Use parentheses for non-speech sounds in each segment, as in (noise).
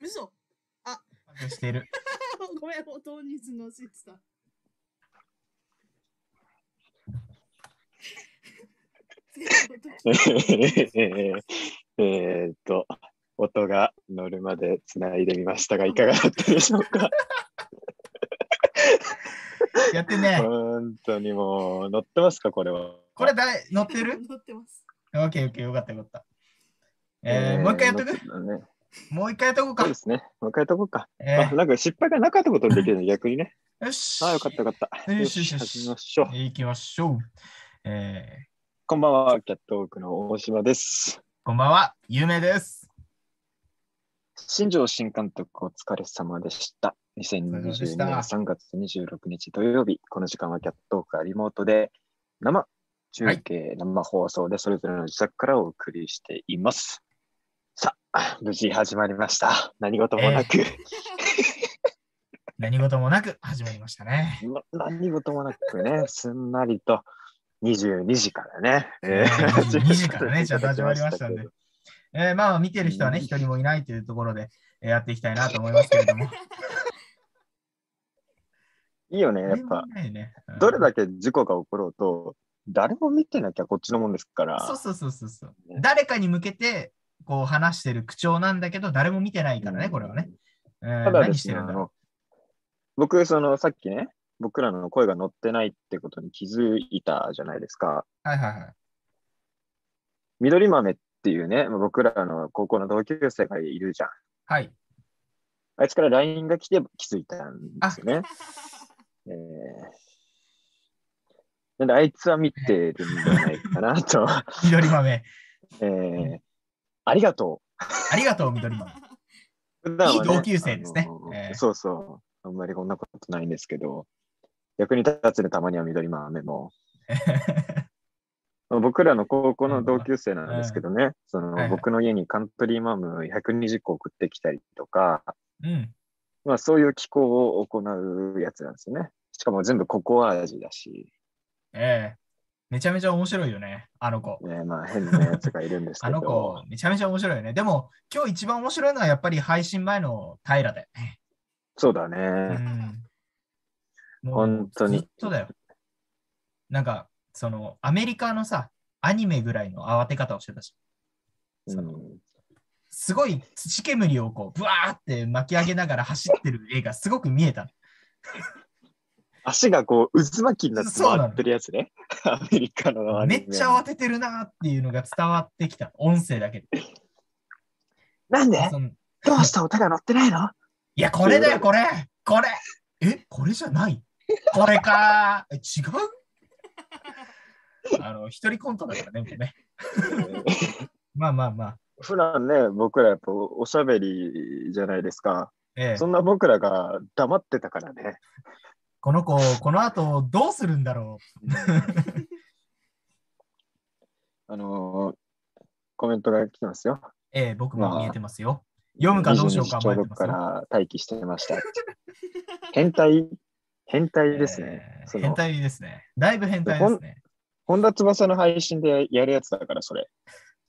嘘感謝している。 (laughs) ごめん、お当日のせてた。えー (laughs) (laughs) えーっと、音が乗るまでつないでみましたが、いかがだったでしょうか。やって (laughs) ね。本当にもう、乗ってますか、これは。これ誰乗ってる乗ってます。オッケーオッケーよかったよかった。えー、もう一回やっと乗くたねもう一回やっとこうかそうで。すね。もう一回やっとこうか。えあなんか失敗がなかったことにできるね、逆にね。ー、よし。ああ、よかったよかった。よよしよしし、よし始めましょう。行きましょう。えー、こんばんは、キャットウォークの大島です。こんばんは、有名です。新庄新監督お疲れ様でした。れ様で2022し年た3月26日土曜日、この時間はキャットウォークがリモートで生中継、生放送でそれぞれの自宅からお送りしています。さあ、無事始まりました。何事もなく、何事もなく始まりましたね。な何事もなくね、すんなりと22時からね、えー2時からね、ちゃんと始まりましたんでけど。えー、まあ、見てる人はね、うん一人もいないというところで、えーやっていきたいなと思いますけれど (laughs) も。いいよね、やっぱ。ね、どれけだけ事故が起ころうと、誰も見てなきゃこっちのもんですから。そうそうそうそうそう。誰かに向けて、こう話してる口調なんだけど、誰も見てないからね、これはね。えーただで何しすてね、るあんだろの僕、そのさっきね、僕らの声が乗ってないってことに気づいたじゃないですか。う。はいはいはい。緑豆っていうね、まあ僕らの高校の同級生がいるじゃん。はい。あいつから LINE が来て気づいたんですよね。えーなんであいつは見てるんじゃないかなと。 (laughs) 緑豆。 (laughs) えーありがとうありがとう、緑豆。普段はねいい同級生ですねあのええそうそう。あんまりこんなことないんですけど、逆に立つね、たまには緑豆 (laughs) も。僕らの高校の同級生なんですけどね、そはいはのい僕の家にカントリーマアム120個送ってきたりとか、うん。まあそういう機構を行うやつなんですよね。しかも全部ココア味だし、ええめちゃめちゃ面白いよね、あの子。ね、まあ変なやつがいるんです (laughs) けあど。の子、めちゃめちゃ面白いよね。でも、今日一番面白いのはやっぱり配信前の平だよね。そうだうね。ん。もう本当にずっとだよ。なんか、その、アメリカのさ、アニメぐらいの慌て方をしてたし、うそんのすごい土煙をこう、ぶわーって巻き上げながら走ってる絵がすごく見えた。足がこう渦巻きになってそうな回のってるやつね。 (laughs) アメリカのアニめっメちゃ慌ててるなーっていうのが伝わってきた。音声だけで。なんでそのどうしたお手が乗ってないのいや、これだよ、これこれえ、これじゃないこれかーえ違うあの、一人コントだからね、もう (laughs) ね。まあまあまあ。普段ね、僕らやっぱおしゃべりじゃないですか。ええそんな僕らが黙ってたからね。この子、この後どうするんだろあのーコメントが来てますよ。うええ僕も見えてますよ。読むかどうしようか22時ち迷ょっうてどますかよ。ら待機してました。変態変態ですね。ええその変態ですね。だいぶ変態ですね。本田翼の配信でやるやつだから、それ。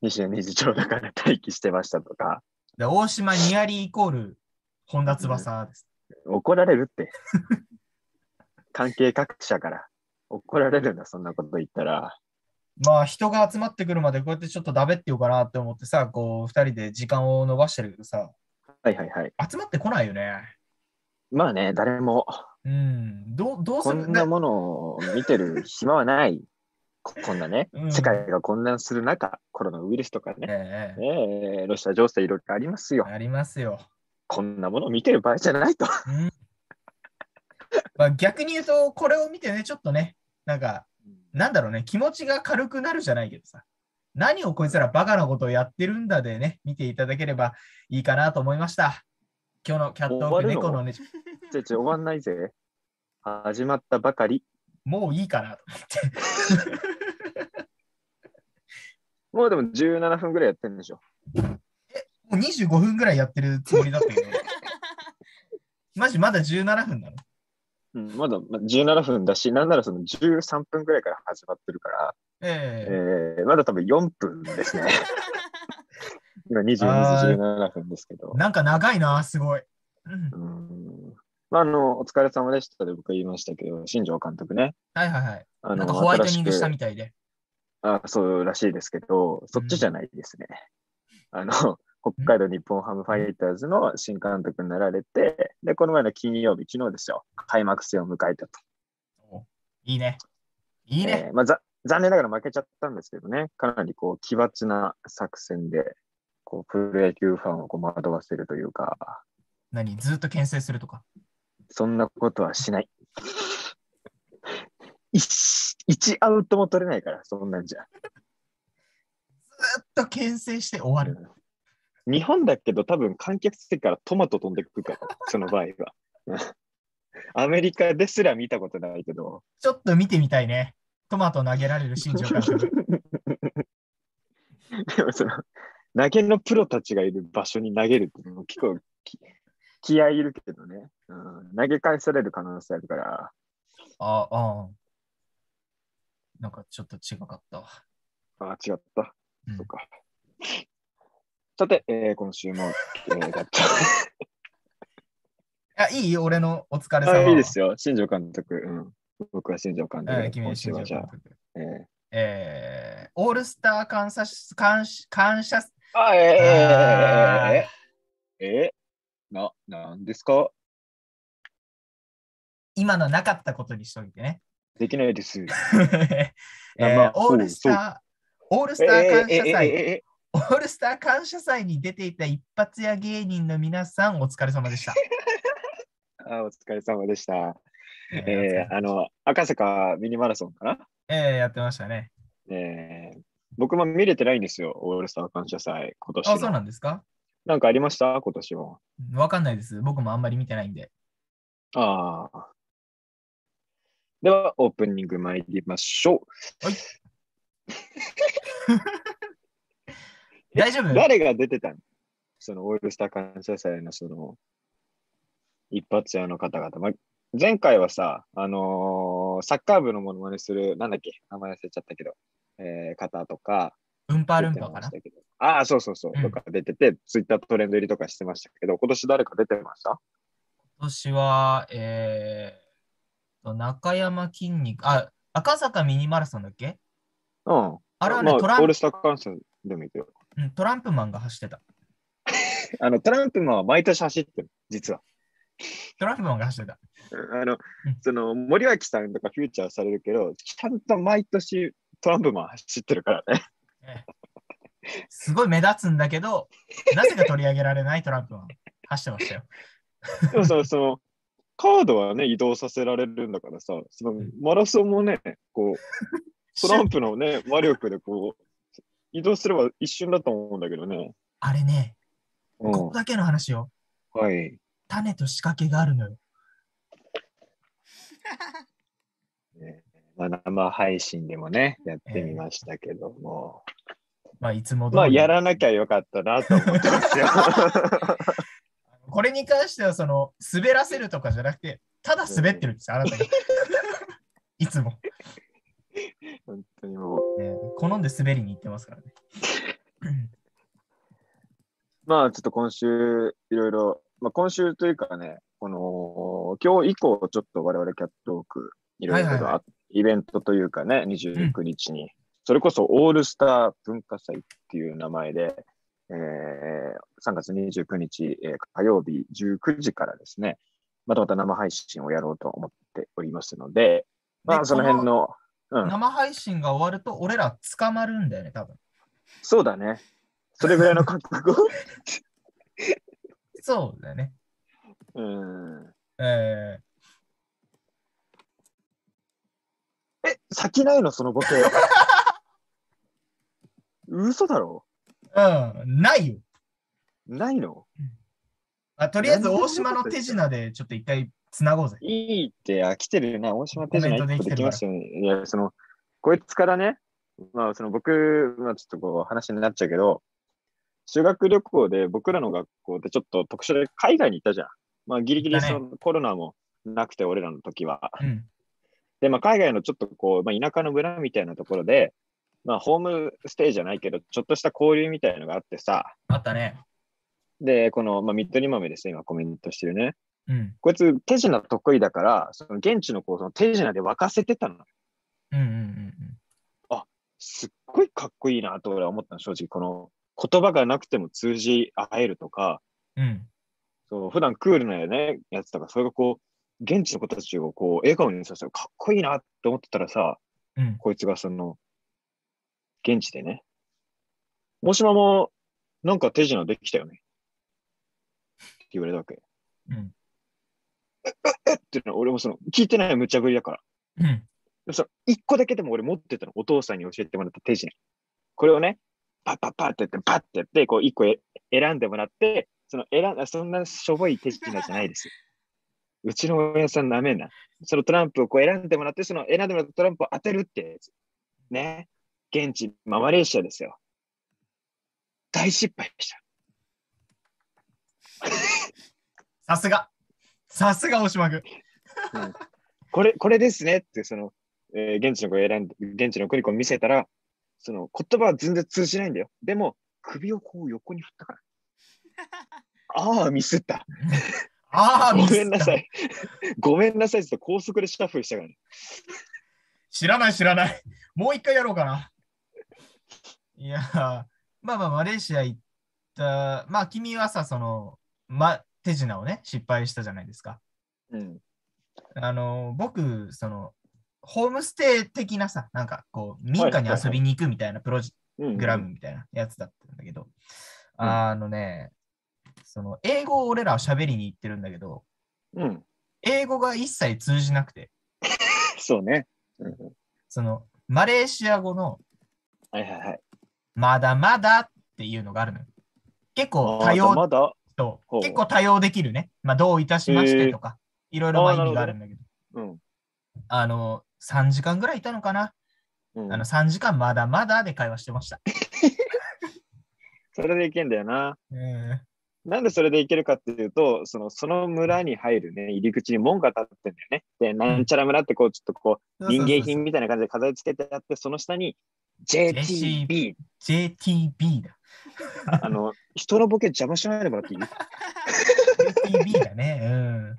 22時ちょうどから待機してましたとか、で大島ニアリーイコール本田翼です。怒られ (laughs) るって。関係各社から怒られるんだ、そんなこと言ったら。まあ人が集まってくるまでこうやってちょっとだべってようかなって思ってさ、こう二人で時間を延ばしてるけどさ、はいはいはい。集まってこないよね。まあね、誰もうん。どうどうすこるんなものを見てる暇はない。ここんなね、うん世界が混乱する中、コロナウイルスとかね、ええねえロシア情勢いろいろありますよ。ありますよ。こんなものを見てる場合じゃないと。まあ、逆に言うと、これを見てね、ちょっとね、なんか、なんだろうね、気持ちが軽くなるじゃないけどさ、何をこいつらバカなことをやってるんだでね、見ていただければいいかなと思いました。今日のキャットオーク終わるの猫のね、ちょちょ、終わんないぜ。始まったばかり。もういいかなと思って。もうでも17分ぐらいやってるんでしょ。もう25分ぐらいやってるつもりだ (laughs) ったけど。マジまだ17分なのうん、まだま17分だし、なんならその13分ぐらいから始まってるから、ええ (laughs) えーまだ多分4分ですね。今22時17分ですけど。なんか長いな、すごい。うんう、んまあ、あの、お疲れ様でしたで僕言いましたけど、新庄監督ね。はいはいはい。あなのんかホワイトニングし新たくみたいで。あそうらしいですけど、そっちじゃないですね。あの、北海道日本ハムファイターズの新監督になられて、で、この前の金曜日、昨日ですよ、開幕戦を迎えたと。いいね。いいね。えーまあ、ざ残念ながら負けちゃったんですけどね、かなりこう奇抜な作戦で、こうプロ野球ファンをこう惑わせるというか、何ずっと牽制するとか。そんなことはしない。一一アウトも取れないから、そんなんじゃ。ずっと牽制して終わる。うん日本だけど、多分観客席からトマト飛んでくるから、その場合は。 (laughs) アメリカですら見たことないけど、ちょっと見てみたいね。トマト投げられる新庄監 (laughs) 督。でもその投げのプロたちがいる場所に投げるっていうのも結構き気合いいるけどね、うん、投げ返される可能性あるから、ああ、なんかちょっと違かったわ。ああ、違った、うんそうか。さて、えー今週も、えー、だった。あいいよ俺のお疲れ様あは。いいですよ、新庄監督。うん、僕は新庄監督えで。ー君は今週新は庄じゃ監あ、督。えーえー、オールスター感謝し感謝感謝あ、あーえー、えー、えー、えーな、なんですか今のなかったことにしといて (laughs) ね。できないです。えー生オールスター、オールスター感謝えーえーえーえー祭、え (laughs) ーオールスター感謝祭に出ていた一発屋芸人の皆さん、お疲れ様でした。あーお疲れ様でした。えー (laughs) えーあの、赤坂ミニマラソンかな、えーやってましたね。えー僕も見れてないんですよ、オールスター感謝祭、今年のあ、そうなんですかなんかありました今年も。わかんないです。僕もあんまり見てないんで。ああ。では、オープニング参りましょ (laughs) え大丈う。夫誰が出てたのそのオールスター感謝祭のその、一発屋の方々。まあ、前回はさ、あのーサッカー部のものまねする、なんだっけ、名前忘れちゃったけど、えー方とか、うんぱるん出ぱてかまなしたけどああ、そうそうそう。うんとか出てて、ツイッタートレンド入りとかしてましたけど、今年誰か出てました今年は、えーと、中山筋肉、あ、赤坂ミニマラソンだっけうん。あれはね、まトランオールスター観戦でもいいけど。うんトランプマンが走ってた。あの、トランプマンは毎年走ってる、実は。 (laughs) トランプマンが走ってた。うんあの、その、森脇さんとかフューチャーされるけど、ちゃんと毎年トランプマン走ってるから (laughs) ね。ええすごい目立つんだけど、なぜか取り上げられないトランプマン。走ってましたよ。でもその、その、カードはね、移動させられるんだからさ、そのマラソンもね、こ (laughs) う、トランプのね、魔力でこう、移動すれば一瞬だと思うんだけどね。あれね、うここだけの話よ。ん。はい。種と仕掛けがあるのよ。まあ、生配信でもね、やってみましたけども、まあ、いつも通りまあ、やらなきゃよかったなと思っ (laughs) てますよ。これに関しては、その、滑らせるとかじゃなくて、ただ滑ってるんですよ、あなたが。 (laughs) いつも、本当にもう。ええ好んで滑りに行ってますからね。まあ、ちょっと今週、いろいろ、まあ、今週というかね、この、今日以降、ちょっと我々キャットオーク、いろいろはいはいはなイベントというかね、29日に、それこそオールスター文化祭っていう名前で、えー3月29日、えー火曜日19時からですね、またまた生配信をやろうと思っておりますので、まあ、でその辺の、うん生配信が終わると、俺ら捕まるんだよね、多分。そうだね、それぐらいの感 (laughs) 覚を。そうだよね。うんえええ、先ないのそのボケ。 (laughs) 嘘だろうん、ないよ。ないのあとりあえず大島の手品でちょっと一回つなごうぜ。いいって飽きてるな。大島手品コメント一できてる個できましたよね。いや、その、こいつからね、まあ、その僕、まあ、ちょっとこう話になっちゃうけど、修学旅行で僕らの学校でちょっと特殊で海外に行ったじゃん。まあ、ギリギ行リったねそのコロナもなくて、俺らの時は。うん。で、まあ、海外のちょっとこう、まあ、田舎の村みたいなところで、まあ、ホームステイじゃないけど、ちょっとした交流みたいのがあってさ、あったね。で、この、まあ、ミッドリ豆ですね、今コメントしてるね。うん。こいつ、手品得意だから、その現地の子をその手品で沸かせてたの。うんうんうんすっごいかっこいいなと俺は思ったの、正直。この言葉がなくても通じ合えるとか、うん。うん。そう普段クールな、ね、やつとか、それがこう、現地の子たちをこう笑顔にさせて、かっこいいなって思ってたらさ、うん。こいつがその、現地でね、もしもも、なんか手品できたよね。って言われたわけ。うんえっっていうのは俺もその、聞いてない無茶ぶりだから。うん。でその一個だけでも俺持ってたの、お父さんに教えてもらった手品。これをね、パッパッパッってやって、パッってやって、こう一個え選んでもらって、その選んそんなしょぼい手品じゃないですよ。うちの親さんなめんな。そのトランプをこう選んでもらって、その選んでもらったトランプを当てるってやつ。ね。現地、まあマレーシアですよ。大失敗でした。さすが。さすが、おしまく。これ、これですねって、その、えー現地の子を選んで、現地の国子を見せたら、その言葉は全然通じないんだよ。でも、首をこう横に振ったから。ああ、ミスった。ああ、ごミスっためんなさ。い。 (laughs) ごめんなさい。ちょっと高速でシャッフルしたからね。知らない、知らない。もう一回やろうかな。いやー、まあまあ、マレーシア行った、まあ、君はさ、その、ま、手品をね、失敗したじゃないですか。うん。あの、僕、その、ホームステイ的なさ、なんかこう、民家に遊びに行くみたいなプロジうん、グラムみたいなやつだったんだけど、うんあのね、その、英語を俺らは喋りに行ってるんだけど、うん。英語が一切通じなくて、そうね。うん、その、マレーシア語の、はいはいはい。まだまだっていうのがあるのよ。結構多あーま様だ。とほう、結構多様できるね。まあ、どういたしましてとか、いろいろまああー意なる味ほどねがあるんだけど、うん。あの、3時間ぐらいいたのかな、うんあの、3時間まだまだで会話してました。それでいけんだよな。うんなんでそれでいけるかっていうと、そのその村に入るね、入り口に門が立ってんだよね。で、なんちゃら村ってこう、ちょっとこう、民芸品みたいな感じで飾り付けてあって、その下に JTB。 JTB だ。ああの、人のボケ邪魔しないでもらっていい JTB だね。うん。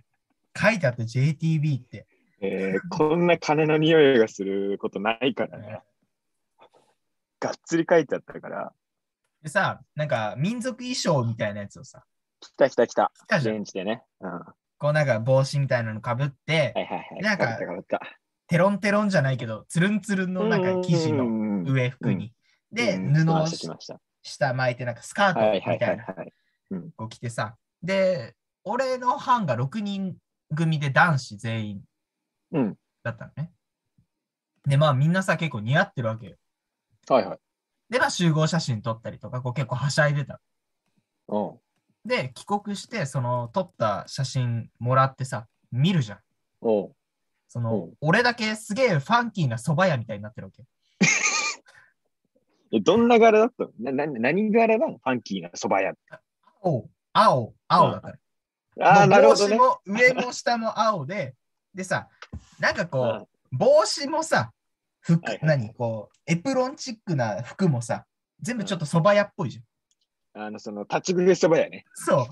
書いてあった JTB って。えーこんな金の匂いがすることないからね。がっつり書いてあったから、でさ、なんか民族衣装みたいなやつをさ、来た来た来た。着たじゃん。現地でね。うん。はこうなんか帽子みたいなのかぶってい、はいはい。なんか変わったテロンテロンじゃないけど、つるんつるんのなんか生地のの上服に。で、布を来ました。下巻いて、なんかスカーはいはいトはみいたはいいな。子着てさ。で、俺の班が6人組で男子全員うん。だったのね。で、まあみんなさ、結構似合ってるわけよ。はいはい。で、まあ集合写真撮ったりとか、こう結構はしゃいでた。うん。で、帰国して、その撮った写真もらってさ、見るじゃん。おうその、うん俺だけすげえファンキーな蕎麦屋みたいになってるわけ。えどんな柄だったのなな何柄なのファンキーな蕎麦屋。青、青、青だから。あもあ、なうるほ帽ど子ね。も上も下も青で、でさ、なんかうこんう、帽子もさ、服、はいはい何こう、エプロンチックな服もさ、全部ちょっと蕎麦屋っぽいじゃん。あの、その、立ち食い蕎麦屋ね。そう。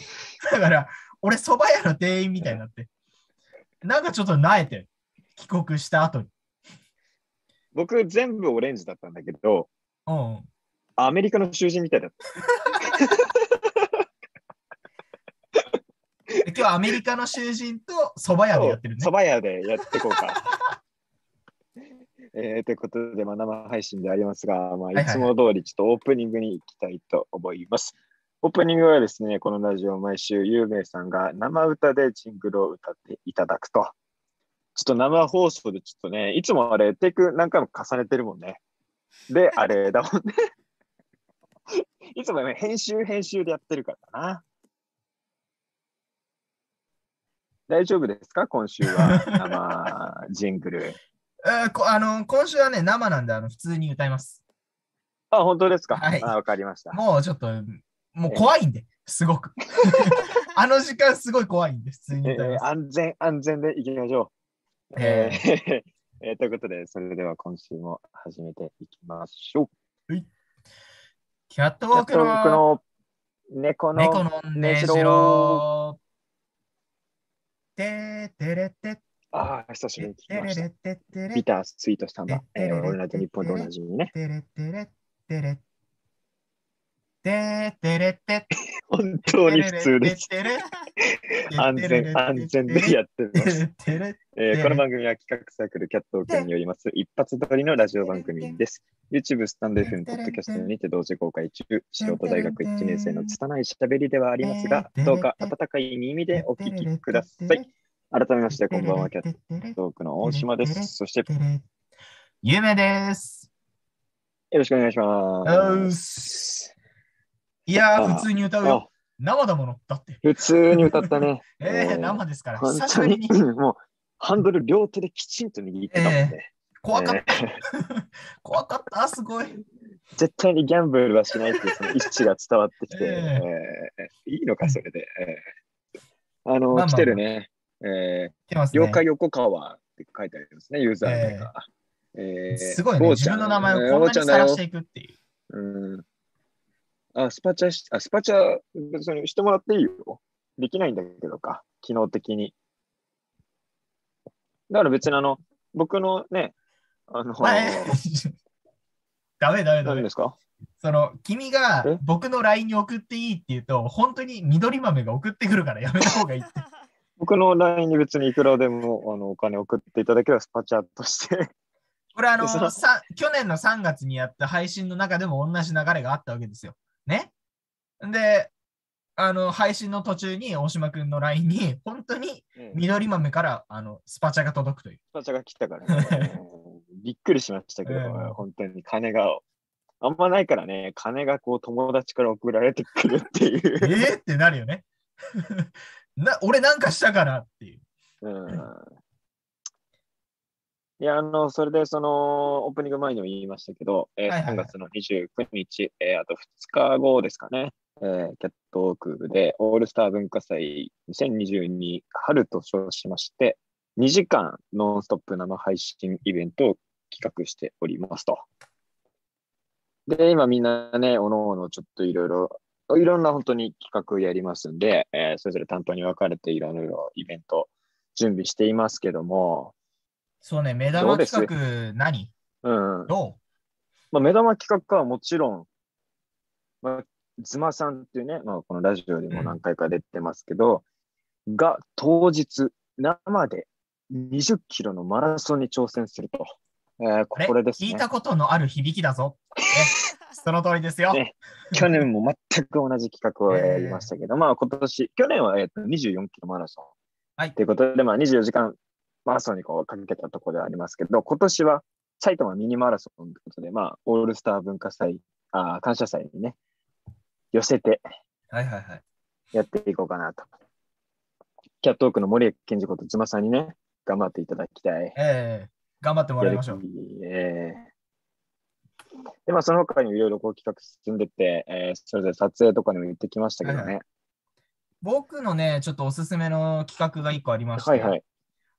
だから、俺蕎麦屋の店員みたいになって。なんかちょっとなえて、帰国した後に。僕、全部オレンジだったんだけど、うんうん。アメリカの囚人みたいだっで今日はアメリカの囚人と蕎麦た。屋でやってるね蕎。麦屋でやっていこうか。えー、ということで、まあ、生配信でありますが、まあ、いはいいつも通りちょっとオープニングに行きたいと思います。オープニングはですね、このラジオ毎週、ゆうめいさんが生歌でジングルを歌っていただくと。ちょっと生放送でちょっとね、いつもあれ、テイク何回も重ねてるもんね。で、あれだもんね。 (laughs) いつもね、編集編集でやってるからな。大丈夫ですか今週は生ジングル。うんこあの今週はね、生なんであの普通に歌います。あ、本当ですか、はいあ、わかりました。もうちょっと、もう怖いんで、すごく。あの時間すごい怖いんで、普通にえ歌いまーす。安全、安全でいきましょう。ええーえーということで、それでは今週も始めていきましょう。キャットウォークやっと僕のの猫の猫のねじろ。てーてれてってああ、久しぶりに聞きれまれした。てってれビてタースイートスタンバ、えー、オールナイト日本でおなじみね。れてれてれてーてれてって本当に普通です。てれてれ安全、安全でやっててます。れてれえーこの番組は企画サークルキャットオーケーによります一発撮りのラジオ番組です。YouTube、スタンド FM、ポッドキャストにて同時公開中、素人大学1年生の拙い喋りではありますが、どうか温かい耳でお聞きください。改めまして、こんばんは、キャットオークの大島です。そして、よゆめです。ろしくお願いしうまっす。すいやー、普通に歌うよ。あ生だもの。だって。普通に歌ったね。ええー、ー生ですから。本 (laughs) 久し当ぶりにに、 (laughs) もう、ハンドル両手できちんと握ってたもんね。怖かっえーた。 (laughs) 怖かった。すごい。絶対にギャンブルはしないっていうその意思が伝わってきて、ええーいいのか、それで。えーあの、まあまあ来てるね。え来てますー、ね。妖怪横川って書いてありますね、ユーザー名が。えーすごいね。ゴー自ちゃん分の名前えをーこんゴなーちゃにんださよらしていくっていう。うん。あ、スパチャし、あ、スパチャ、別にしてもらっていいよ。できないんだけどか、機能的に。だから別にあの、僕のね、あの、まあえー (laughs) ダメダメダ何メで。すかその、君がえ僕の LINE に送っていいって言うと、本当に緑豆が送ってくるからやめた方がいいって。僕の LINE に別にいくらでもあのお金送っていただければスパチャとして。これあのそのさ去年の3月にやった配信の中でも同じ流れがあったわけですよ。ねで、あの、配信の途中に大島くんの LINE に、本当に (laughs) ス緑豆からあのスパチャが届く (laughs) という。パチャが来たか (laughs) らね。びっくりしましたけど、うん本当に金が。あんまないからね、金がこう友達から送られてくるっていえう。ーってなるよね。 (laughs) な俺なんかしたからっていう。うんいや、あの、それで、その、オープニング前にも言いましたけど、えーはいはいはい3月の29日、えーあと2日後ですかね、えーキャットウォーク部で、オールスター文化祭2022春と称しまして、2時間ノンストップ生配信イベントを企画しておりますと。で、今みんなね、おのおのちょっといろいろ、いろんな本当に企画やりますんで、えーそれぞれ担当に分かれていろいろイベント準備していますけども、そうね、目ど玉うです企画何うん。どまあ、目玉企画はもちろん、まあ、ズマさんっていうね、まあ、このラジオでも何回か出てますけど、が当日、生で20キロのマラソンに挑戦すると。えーうあれこれです聞いね。たことのある響きだぞ。ねその通りですよ。ね去年も全く同じ企画をやりましたけど、まあ今年、去年はえっと24キロマラソン。はいということで、まあ24時間マラソンにこうかけたところではありますけど、今年は埼玉ミニマラソンということで、まあオールスター文化祭、あー感謝祭にね、寄せてはいはいはい。やっていこうかなと。キャットウォークの森脇健二ことズマさんにね、頑張っていただきたい。ええ頑張ってもらいましょう。やる気ええで、まあ、その他にもいろいろこう企画進んでって、えーそれぞれ撮影とかにも行ってきましたけどね。僕のね、ちょっとおすすめの企画が一個ありまして、はいはい。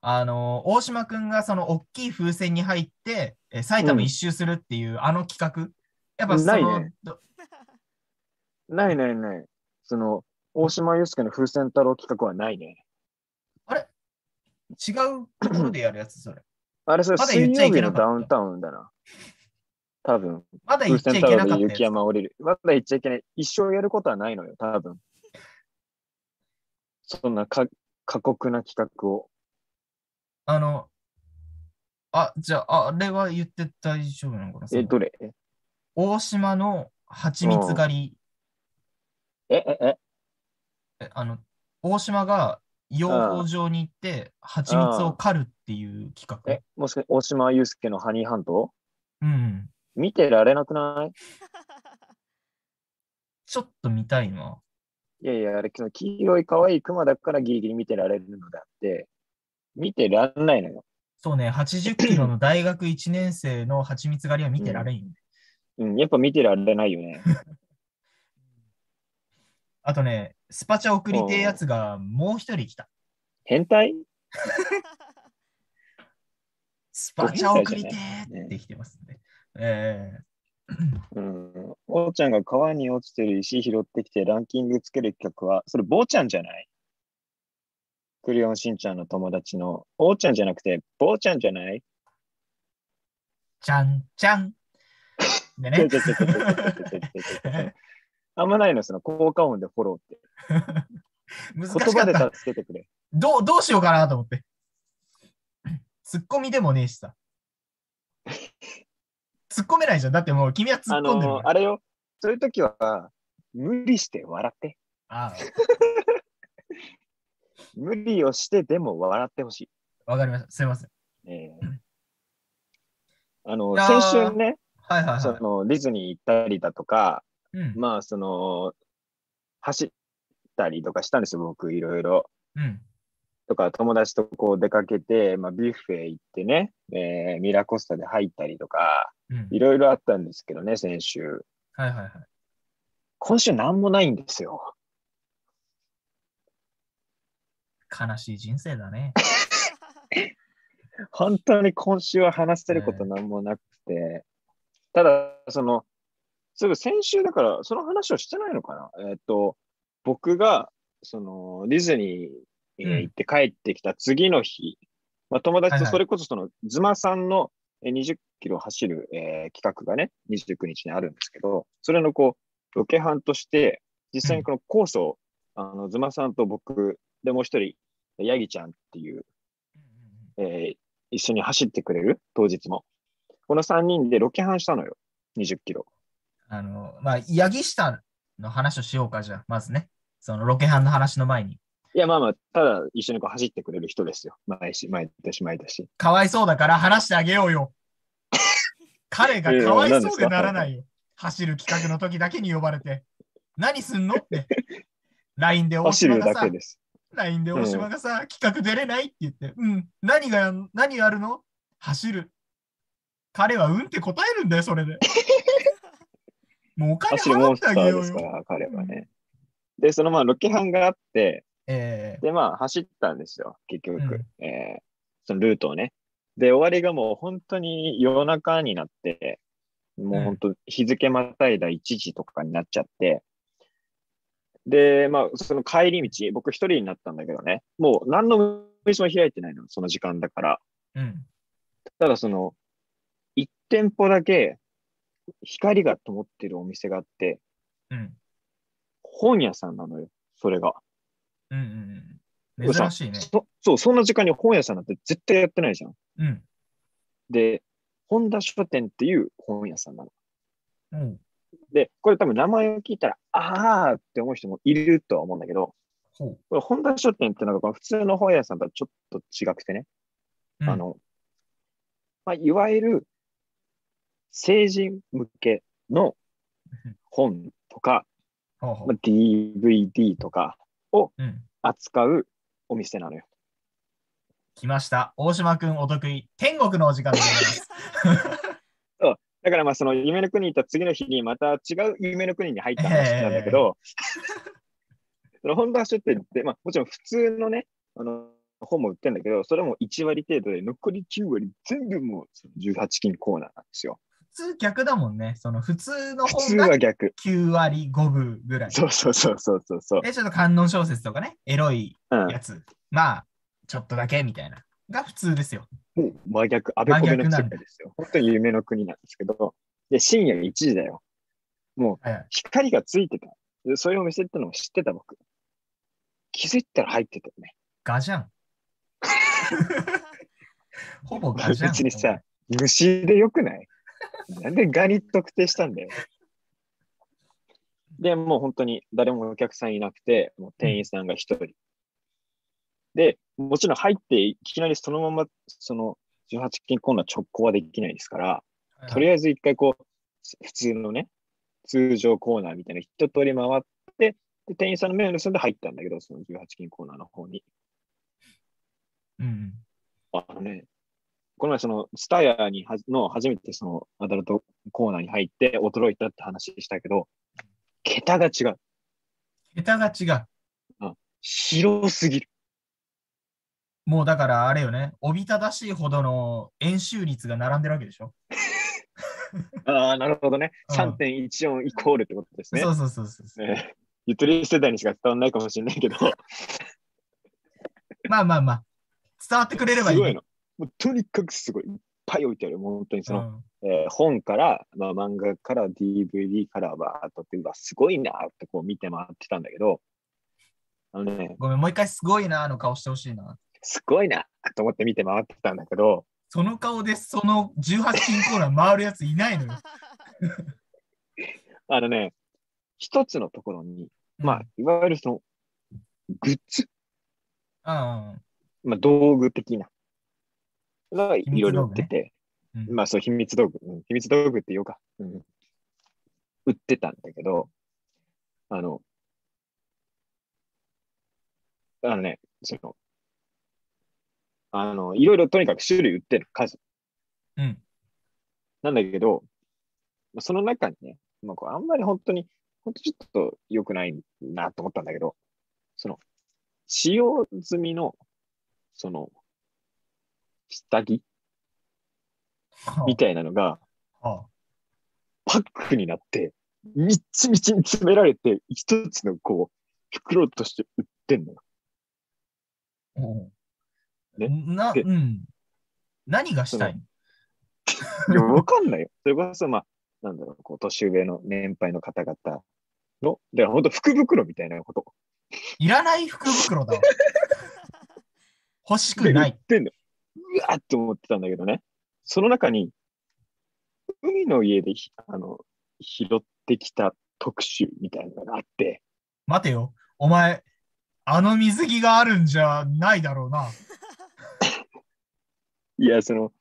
あの、大島くんがその大きい風船に入って、えー埼玉一周するっていう、あの企画。やっぱその、ないねどないないない。その、大島祐介の風船太郎企画はないね。違うところでやるやつ、そ (clears throat) れ。あれ、それまだ水言っちゃ曜いけ日なのかったダウンタウンだな。多分、まだ言風っちゃい船太け郎なかでったや雪つ。山降りる。まだ言っちゃいけない。一生やることはないのよ、多分。そんなか過酷な企画を。あの、あ、じゃあ、あれは言って大丈夫なのかなそえ、のどれえ、大島の蜂蜜狩り、え、え、えあの、大島が養蜂場に行って、蜂蜜を狩るっていう企え画。、もしかして大島祐介のハニーハントうん。見てられなくないちょっと見たいな。いやいや、あれ、その黄色い可愛いクマだからギリギリ見てられるのであって、見てらんないのよ。そうね、80キロの大学1年生の蜂蜜狩りは見てられんよね。うん、やっぱ見てられないよね。あとね、スパチャ送りてえやつがもう一人来た。変態スパチャ送りてーってきてますんで。えうん。おーちゃんが川に落ちてる石拾ってきてランキングつける企画は、それ、ぼーちゃんじゃないクレヨンしんちゃんの友達の、おーちゃんじゃなくて、ぼーちゃんじゃないー、ちゃんちゃん。でね。あんまないの、その効果音でフォローって。難言しか葉っでた。助けてくれ。どう、どうしようかなと思って。ツッコミでもねえしさ。突っ込めないじゃん。だってもう君は突あっ込んでるかの、ら。あれよ、そういう時は、無理して笑って。あ無理をしてでも笑ってほしい。あ、わかりました。すいません。えーあの、いやー先週ね、はいはいそはのディズニー行ったりだとか、い。うん。まあ、その、走ったりとかしたんですよ、僕、いろいろ。うん。とか、友達とこう出かけて、まあ、ビュッフェ行ってね、えーミラコスタで入ったりとか、うんい。ろいろあったんですけどね、先週。はいはいはい。今週なんもないんですよ。悲しい人生だ (laughs) ね。本当に今週は話せることなんもなくて、ただ、その、すぐ先週だから、その話をしてないのかなえっ、と、僕が、その、ディズニーえうーん行って帰ってきた次の日、まあ、友達はいとはいそれこそその、ズマさんのえー20キロ走る、えー企画がね、29日にあるんですけど、それのこう、ロケハンとして、実際にこのコースを、あの、ズマさんと僕、で、もう一人、ヤギちゃんっていう、えー一緒に走ってくれる当日も。この3人でロケハンしたのよ。20キロ。あの、まあ、八木下の話をしようか、じゃあ、まずね。そのロケハンの話の前に。いや、まあまあ、ただ一緒にこう走ってくれる人ですよ。毎週、毎年、毎年。かわいそうだから話してあげよう (laughs) よ。彼がかわいそうでならないよ。走る企画の時だけに呼ばれて。何すんのって。LINE で大走島るがださけ、です。 LINE で大島がさ、企画出れないって言って、うん、何がやん、何やるの走る。彼はうんって答えるんだよ、それ (laughs) で。もうお金走るモ払ンっスてタあげーよでうすかよ。ら、彼はね。で、そのまあ、ロケハンがあって、えで、まあ、走ったんですよ。結局、えーそのルートをね。で、終わりがもう本当に夜中になって、もう本当日付またいだ1時とかになっちゃって、で、まあ、その帰り道、僕一人になったんだけどね、もう何の店も開いてないの、その時間だから。ーうん。ただその、1店舗だけ光が灯ってるお店があって、うん。本屋さんなのよ、それが。うんうんうん。珍しいね。そそう、そんな時間に本屋さんなんて絶対やってないじゃん。うん。で、本田書店っていう本屋さんなの。うんで、これ多分名前を聞いたら、あーって思う人もいるとは思うんだけど、ほう。これ本田書店ってのがこの普通の本屋さんとはちょっと違くてね、うんあの、まあ、いわゆる成人向けの本とか、ほうほまうあ、DVD とかうん。扱うお店なのよ。来ました。大島くんお得意、天国のお時間でございます。だからまあその夢の国に行った次の日にまた違う夢の国に入った話なんだけど、その本田書店って、まあ、もちろん普通のね、あの本も売ってるんだけど、それも1割程度で、残り9割全部もうその18金コーナーなんですよ。普通逆だもんね。その普通の普通本がは逆。 9割5分ぐらい。そうそうそうそうそうそう。で、ちょっと観音小説とかね、エロいうん、やつ、まあ、ちょっとだけみたいな。が普通ですよ。もう真逆、あべこべの世界ですよ。本当に夢の国なんですけど、で深夜1時だよ。はいはい光がついてた。でそういうお店ってのも知ってた僕。気づいたら入ってたよね。ガジャン。 (laughs) ほぼガジャン。別にさ、虫でよくないなんでガに特定したんだよ。で、もう本当に誰もお客さんいなくて、もう店員さんが一人。で、もちろん入っていきなりそのまま、その18金コーナー直行はできないですから、はいとりあえず一回こう、普通のね、通常コーナーみたいな一通り回って、で店員さんの目を盗んで入ったんだけど、その18金コーナーの方に。うんあのね、この前その、スタヤにはの初めてそのアダルトコーナーに入って驚いたって話したけど、桁が違う。うん。桁が違う。広すぎる。もうだからあれよね、おびただしいほどの円周率が並んでるわけでしょ。ああ、なるほどね。うん3.14イコールってことですねそ。うそうそうそう。ねゆとり世代にしか伝わらないかもしれないけど、まあまあまあ、伝わってくれればいすいごいね。の。もうとにかくすごい。いっぱい置いてある。もう本当にその、うんえー本から、まあ、漫画から DVD からバーっとって、うわ、すごいなーってこう見て回ってたんだけど、あのね、ごめん、もう一回すごいなあの顔してほしいな。すごいなーと思って見て回ってたんだけど、その顔でその18金コーナー回るやついないのよ。あのね、一つのところに、まあ、いわゆるその、グッズ、あ、まあ、道具的な、がい秘ろ密いろ道売っ具てねて、うんまあ、そう、秘密道具、うん秘密道具って言おうか、うん売ってたんだけど、あの、あのね、その、あの、いろいろとにかく種類売ってる数。うん。うん。なんだけど、まあその中にね、まあ、こうあんまり本当に、本当ちょっと良くないなと思ったんだけど、その、使用済みの、その、下着はあみたいなのがはパックになって、みっちみちに詰められて、一つのこう、袋として売ってんのよ。あおうねな、でうん。何がしたいのいや、わかんないよ。それこそ、まあ、なんだろう、こう、年上の年配の方々の、だから本当福袋みたいなこと。 (laughs) いらない福袋だわ。欲しでくな売いっ。てんの。うわーって思ってたんだけどね。その中に、海の家でひあの拾ってきた特集みたいなのがあって、待てよ。お前、あの水着があるんじゃないだろうな。いや、その、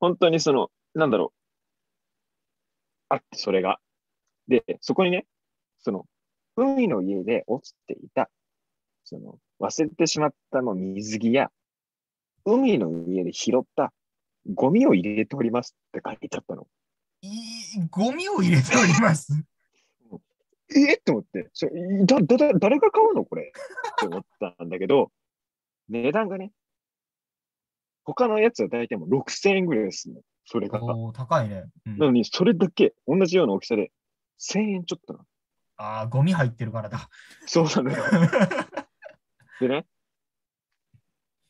本当にその、なんだろう。あって、それが。で、そこにね、その、海の家で落ちていた、その、忘れてしまったもう水着や、海の家で拾ったゴミを入れておりますって書いてあったの。いゴミを入れております。えっと思って、それだだだ誰が買うのこれって思ったんだけど、 (laughs) 値段がね、他のやつは大体もう6000円ぐらいですね。それが。なおー高いね。うんのに、それだけ同じような大きさで1000円ちょっとなの。ああ、ゴミ入ってるからだ。そうなのよ。 (laughs) でね、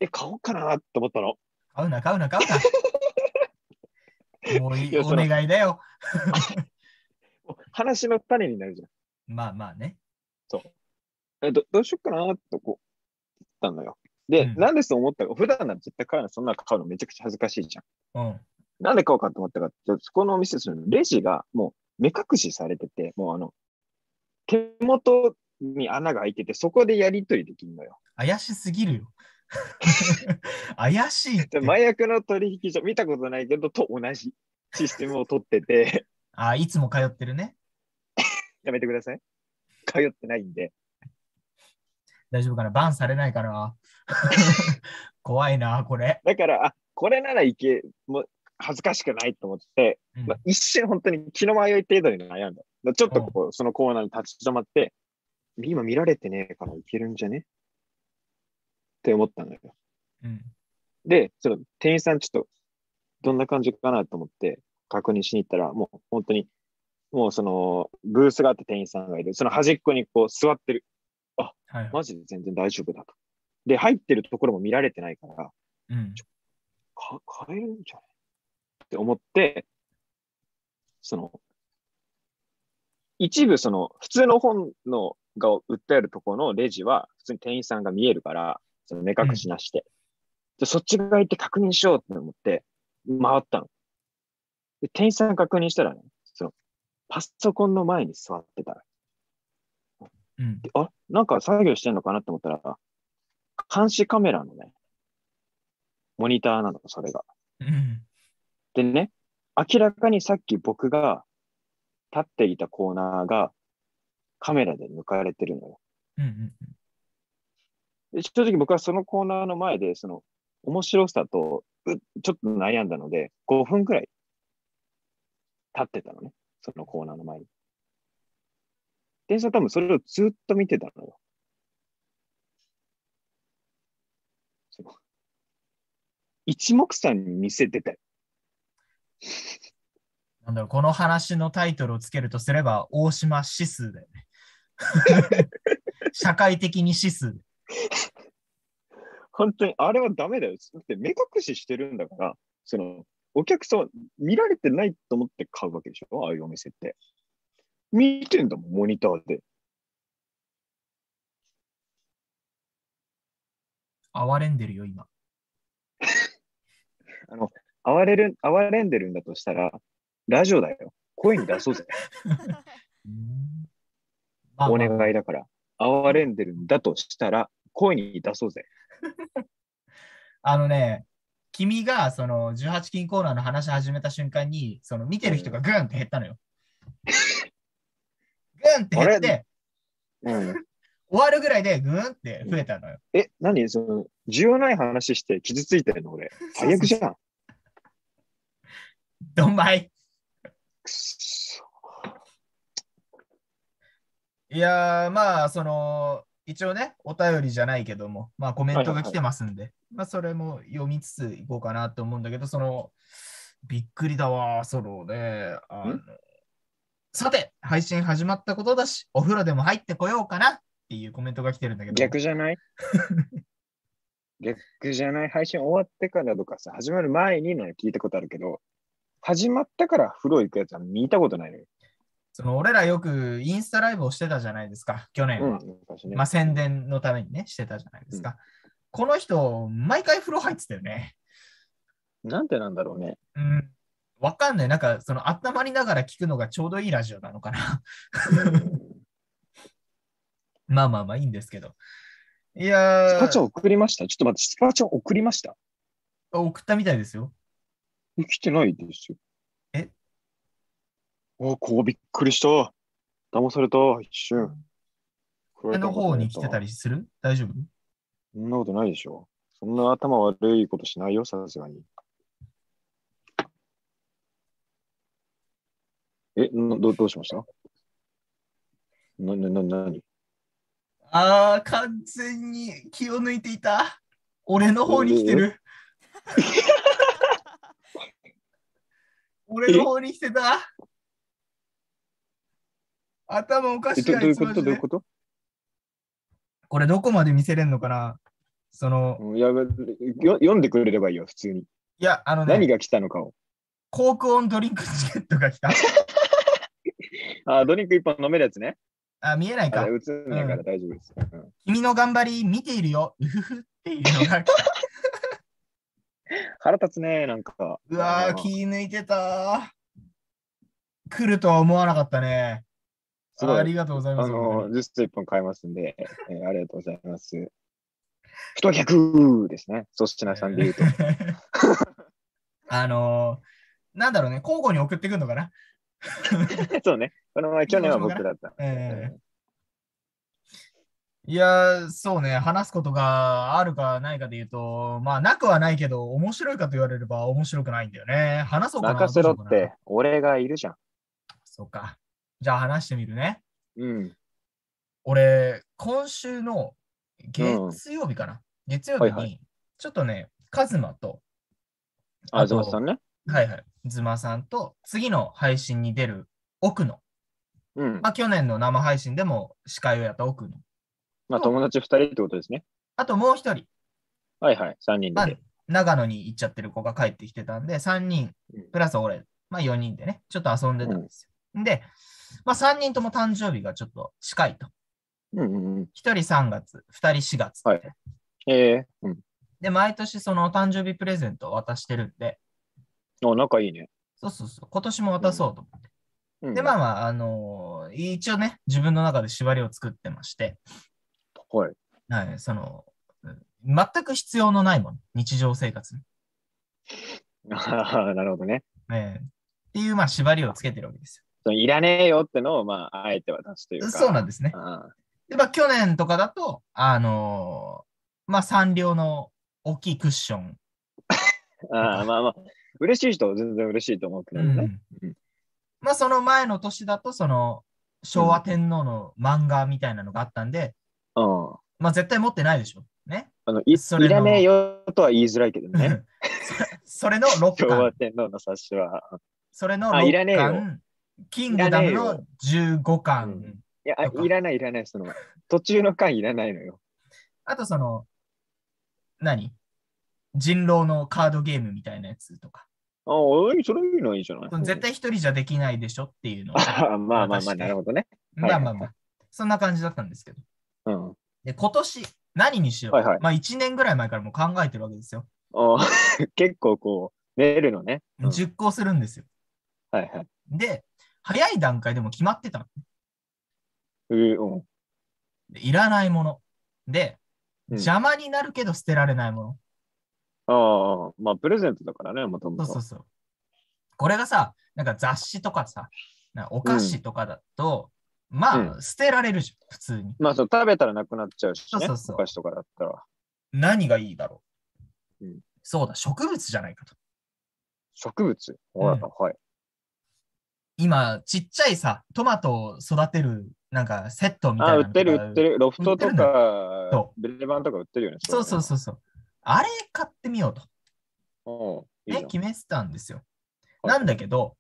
え、買おうかなと思ったの。買うな、買うな、買う (laughs) な。もういいやおその願いだよ。話の種になるじゃん。まあまあね。えどどうしよっかなとこう、言ったのよ。で、うんなんでそう思ったか。普段なら絶対買うの、そんなの買うのめちゃくちゃ恥ずかしいじゃん。うん。なんで買おうかと思ったかって、そこのお店、そのレジがもう目隠しされてて、もうあの、手元に穴が開いてて、そこでやり取りできるのよ。怪しすぎるよ。 (laughs) 怪しいっでて。麻薬の取引所、見たことないけど、と同じシステムを取ってて、 (laughs) あーいつも通ってるね。やめてください。通ってないんで。大丈夫かなバンされないかな (laughs) 怖いな、これ。だから、あ、これならいけ、もう恥ずかしくないと思って、うんまあ、一瞬本当に気の迷い程度に悩んだ。だちょっとこう、そのコーナーに立ち止まって、今見られてねえからいけるんじゃねって思ったのよ。うんで、その店員さんちょっとどんな感じかなと思って確認しに行ったら、もう本当に、もうそのブースがあって店員さんがいる。その端っこにこう座ってる。はいはいマジで全然大丈夫だと。で、入ってるところも見られてないから、うんか買えるんじゃないって思って、その、一部その普通の本のが売ってあるところのレジは普通に店員さんが見えるから、その目隠しなして。で、そっち側行って確認しようって思って、回ったの。で、店員さん確認したらね、その、パソコンの前に座ってたら、うんであ、なんか作業してんのかなって思ったら、監視カメラのね、モニターなの、それが。うんでね、明らかにさっき僕が立っていたコーナーがカメラで抜かれてるのよ。うんうんで正直僕はそのコーナーの前で、その面白さとうちょっと悩んだので、5分くらい立ってたのね。そのコーナーの前に。店員さん多分それをずっと見てたのよ。その一目散に見せてたよ。なんだろう、この話のタイトルをつけるとすれば、大島指数だよね。 (laughs) 社会的に指数。本当に、あれはダメだよ。だって目隠ししてるんだから、その、お客さんは見られてないと思って買うわけでしょああいうお店って。見てんだもん、モニターで。哀れんでるよ、今。哀れる、哀れんでるんだとしたら、ラジオだよ。声に出そうぜ。まあおまあ願いだから。哀れんでるんだとしたら、声に出そうぜ。あのね、君がその18金コーナーの話始めた瞬間に、その見てる人がグーンって減ったのよ。グーンって減っあて、うん。終わるぐらいでグーンって増えたのよ。え、何その、需要ない話して傷ついてるの俺。最悪じ (laughs) ゃん。くっどんまい。そいやー、まあ、その、一応ね、お便りじゃないけども、まあ、コメントが来てますんで、まあ、それも読みつついこうかなと思うんだけど、その、びっくりだわ、そのね、あのんさて、配信始まったことだし、お風呂でも入ってこようかなっていうコメントが来てるんだけど、逆じ (laughs) ゃない逆じゃない配信終わってからとかさ、始まる前になら聞いたことあるけど、始まったから風呂行くやつは見たことないのよ。その俺らよくインスタライブをしてたじゃないですか、去年うんは。、昔ね。まあ宣伝のためにね、してたじゃないですか。この人、毎回風呂入ってたよね。なんてなんだろうね。うん。わかんない。なんか、その、温まりながら聞くのがちょうどいいラジオなのか (laughs) な。まあまあまあ、いいんですけど。いスやパチャー、送りましたちょっと待って、スパチャ送りました送ったみたいですよ。え来てないですよ。えおこうびっくりした。騙された、一瞬。俺の方に来てたり。りする大丈夫そんなことないでしょ。そんな頭悪いことしないよ、さすがに。え、などどうしましたな、な、な、なにあー、完全に気を抜いていた。俺の方に来てる。 (laughs) 俺の方に来てた。頭おかえしどいどあういいうつことマどジういうでことこれどこまで見せれんのかなその、うんやばよ読んでくれればいいよ、普通に。いや、あの何ね、が来たのかを。コークオンドリンクチケットが来た。 (laughs) あ、ドリンク一本飲めるやつね。あ、見えないあかれ、。映んないから大丈夫です。うん君の頑張り見ているよ。う (laughs) ふふっていうのが来た。(laughs) 腹立つね、なんか。うわあー、の気抜いてたー。来るとは思わなかったね。すごいあありがとうございあます。本当の、にジュース1本買いますんで、えーありがとうございます。 (laughs) 太客ですね、粗品さんで言うと。あのーなんだろうね、交互に送ってくるのかな。 (laughs) そうね、この前、去年は僕だった。えいやー、そうね、話すことがあるかないかで言うと、まあ、なくはないけど、面白いかと言われれば面白くないんだよね。話そうかな。泣かせろどうしよっうかてな。、俺がいるじゃん。そうか。じゃあ話してみるね。うん。俺、今週の月曜日かな。月曜日に、はいはちょっとね、カズマと、あずまさんね。はいはい、ズマさんと、次の配信に出る奥野。うん。まあ、去年の生配信でも司会をやった奥野。まあ、友達2人ってことですね。あともう一人、はいはい、3人まあで。、長野に行っちゃってる子が帰ってきてたんで、3人うん、プラス俺、まあ4人でね、ちょっと遊んでたんですよ。で、まあ3人とも誕生日がちょっと近いと。うんうんうん。 1人3月、2人4月って。はいええうん。で、毎年その誕生日プレゼントを渡してるんで、お、仲いいね。そうそうそう、今年も渡そうと思って。うん、で、まあまあ、あのー一応ね、自分の中で縛りを作ってまして、はい。 (laughs) はい、その、うん全く必要のないもの、日常生活に。ああ、なるほどね。ええっていう、まあ、縛りをつけてるわけですそのいらねえよってのを、まあ、あえて渡すというよ。か。そうなんでですねす。。あで、まあ、去年とかだと、あのーまあ、三両の大きいクッション。ーあー、まあまあ、嬉しい人は全然嬉しいと思うけどね。うんまあ、その前の年だと、その、昭和天皇の漫画みたいなのがあったんで、うん。まあ、絶対持ってないでしょ。ね。あのいそれいの (laughs) らねえよとは言いづらいけどね。それの6昭和巻、天皇の冊子は。それのあいらね6えよ巻、キングダムの15いらねえ巻、いや、あとかいらない、いらない。その、途中の回いらないのよ。あとその、何人狼のカードゲームみたいなやつとか、ああ、それいいのいいじゃない。絶対一人じゃできないでしょっていう (laughs) のを、ああ (laughs) まあま渡あしまあ、てなるほどね。まあまあまあ、そんな感じだったんですけど。うん。で、今年、何にしよう。はいはいまあ、1年ぐらい前からもう考えてるわけですよ。あ (laughs) あ結構こう、練るのね。うん実行するんですよ。はいはい。で、早い段階でも決まってたのうーでいらないもの。で、うん邪魔になるけど捨てられないもうん。ああ、まあ、プレゼントだからね、もともの。そうそう。そとう。これがさ、なんか雑誌とかさ、なんかお菓子とかだと、まあ、捨てられるじゃん、普通に。まあそう、食べたらなくなっちゃうし、ね、そうそうそうお菓子とかだったら。何がいいだろう。うんそうだ、植物じゃないかと。植物。はいはい。今、ちっちゃいさ、トマトを育てる、なんかセットみたいあなあ、の売ってるとか売ってる。ロフトと売ってるのかそ、 (laughs) ベレバンとか売ってるよね。そうそうそうそう。あれ買ってみようと。そうん。いいね、じゃん決めてたんですよ。はいなんだけど、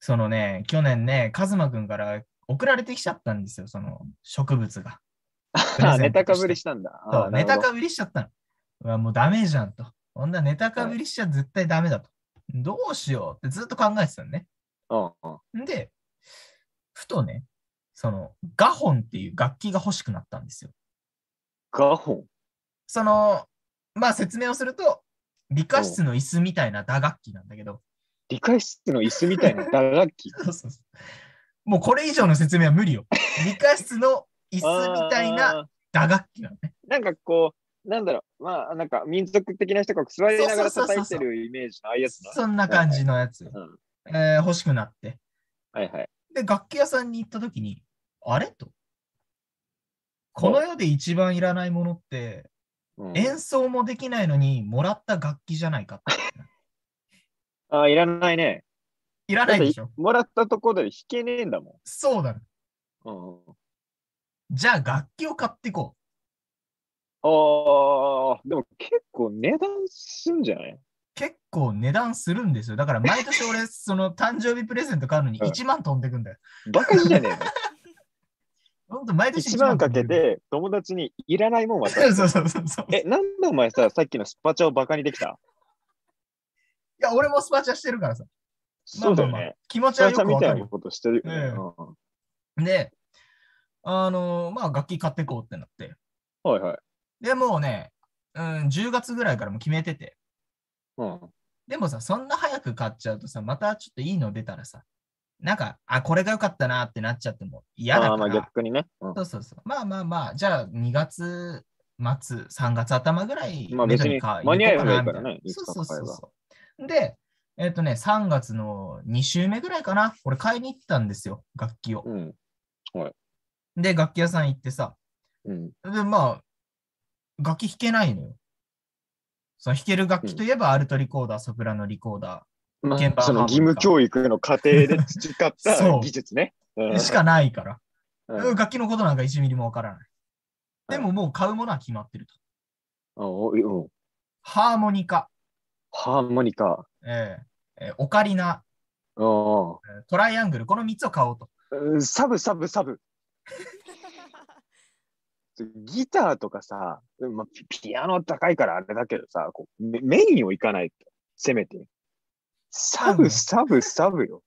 そのね、去年ね、カズマくんから送られてきちゃったんですよ、その植物が。プレゼントとしあて (laughs) ネタかぶりしたんだ。あそうネタかぶぶりしちゃったの。うわもうダメじゃんと。こんなネタかぶりしちゃ絶対ダメだと。どうしようってずっと考えてたのね。り。うんんで、ふとね、その、ガホンっていう楽器が欲しくなったんですよ。ガホン。その、まあ説明をすると、理科室の椅子みたいな打楽器なんだけど、 (laughs) 理科室の椅子みたいな打楽器。そうそうそうもうこれ以上の説明は無理よ。理科室の椅子みたいなあー。打楽器なのね。なんかこう、なんだろう、まあなんか民族的な人が座りながらそうそうそう叩そういてるイメージのああいうやつな。そんな感じのやつ、うんえー欲しくなって。はいはい。で、楽器屋さんに行った時に、あれと。この世で一番いらないものって、うん演奏もできないのにもらった楽器じゃないかって。ああ、いらないね。いらないでしだっょて。もらったところで弾けねえんだもそうだ、ね。ん。うんじゃあ楽器を買っていこう。ああ、でも結構値段すんじゃない結構値段するんですよ。だから毎年俺、その誕生日プレゼント買うのに1万飛んでくんだよ。バカじゃねえのほんと毎年一番飛かんでくけんだよて友達にいらないもん渡そうす。そうそうそうそう。いえ、なんでお前さ、さっきのスパチャをバカにできたや、俺もスパチャしてるからさ。まそあまうあだよまあね。気持スちはよパチャくみわたかいるなよ。ことしてるよね。ええうんで、あのーまあ楽器買ってこうってなって。はいはい。で、もうね、うん、10月ぐらいからもう決めてて。うんでもさ、そんな早く買っちゃうとさ、またちょっといいの出たらさ、なんか、あ、これが良かったなってなっちゃっても嫌だあかあまあら。逆にね。うんそうそうそう。まあまあまあ、じゃあ2月末、3月頭ぐらいまあめど別にか間に合えば入れいいとこうからなねみたいないつそうそか買えばうそうそう。で、えっ、とね、3月の2週目ぐらいかな、俺買いに行ったんですよ、楽器を。うん。で、楽器屋さん行ってさ、うん。で、まあ、楽器弾けないのよ。その弾ける楽器といえば、アルトリコーダー、ソプラノリコーダま鍵盤あ、その義務教育の過程で培っそたう技術ね。うんーしかないから、うん楽器のことなんか1ミリもわからない。はでいももう買うものは決まってると。あおうんハーモニカ、ハーモニカ。えーえーオカリナ、うえんートライアングル、この3つを買おうと。うんサブサブサブ。ギターとかさ、まあ、ピピアノ高いからあれだけどさ、こうメメインをいかないと、せめて。サうんブサブサブよ。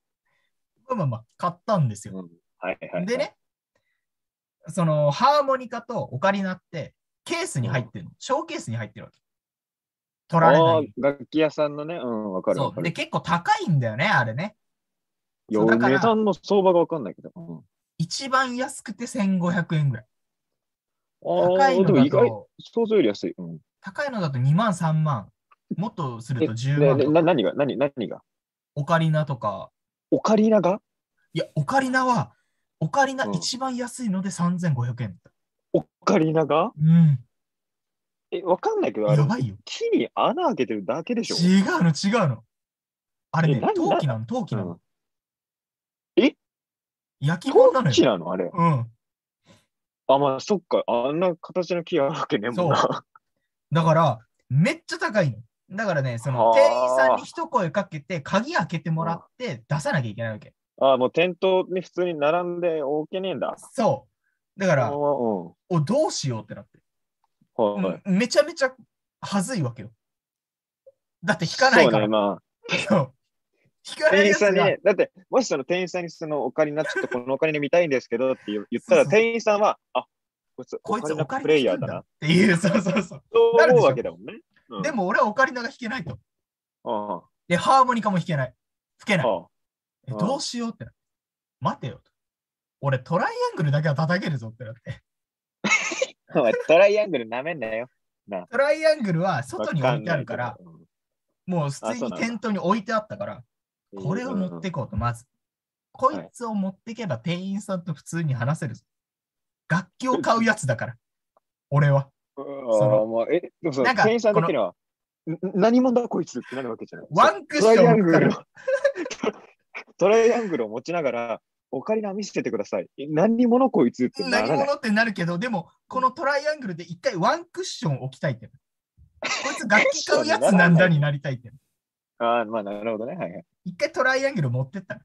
まあまあまあ、買ったんですうよ。んはいはいはい、でね、そのハーモニカとオカリナってケースに入ってるの、ショーケースに入ってるわけ。取られあなあい。、楽器屋さんのね、うん、わかるわそかう。で、る。結構高いんだよね、あれね。いやそうだから値段の相場がわかんないけど。うん一番安くて1500円ぐらい。あ高あ、いでのも意だ外、と、想像より安い。うん、高いのだと2万、3万。もっとすると10ね万ねとか。な何が何何がオカリナとか。オカリナがいや、オカリナは、オカリナうん一番安いので3500円だっオカリナがた。うん。え、わかんないけど、あれや、ばいよ。木に穴開けてるだけでしょ違うの、違うの。あれえねな、ん陶器なの、陶器なうのん。え焼き物なの陶器よ。なのあれ。うん。あ、まあ、そっか。あんな形の木あるわけね、もうな。だから、めっちゃ高いの。だからね、そのはあ店員さんに一声かけて、鍵開けてもらって出さなきゃいけないわけ。ああ、もう店頭に普通に並んで置けねえんだ。そう。だから、おおどうしようってなって。うん。はい。めちゃめちゃはずいわけよ。だって引かないそかうら。ね、まそう引あ。かない店員やつさんにがね、だって、もしその店員さんにそのお金な、ちょっとこのお金で見たいんですけどって言う言ったそら、うそう店員さんは、あ、こいつ、こいつオカリナおプレ金が引くイヤーんだだな。っていう、そうそうそう。そうなるでし思うょわけだもんね。うんで、も俺はオカリナが弾けないと。うんうんで、ハーモニカも弾けない。吹けない。あえうんどうしようってなって。待てよと。俺トライアングルだけは叩けるぞってなって。あお前トライアングルなめんなよ。トライアングルは外に置いてあるからわ、んないけど。もう普あ通そうになんだ店頭に置いてあったから、うんこれを持っていこうと、まず。こいつを持っていけば店員さんと普通に話せるぞ。楽器を買うやつだから、 (laughs) 俺は。うんそのあーもうえ、でもそなのんか店員さん的には、んん何者だこいつってなるわけじゃない。ワンクッショントライアングルを (laughs) 置トライアングルを持ちながら、オカリナ見せてください。え何者こいつってな何らない。者ってなるけど、でも、このトライアングルで一回ワンクッション置きたいって。こいつ楽器買うやつなんだになりたいって。ああ、まあなるほどね。はいはい。一回トライアングル持ってった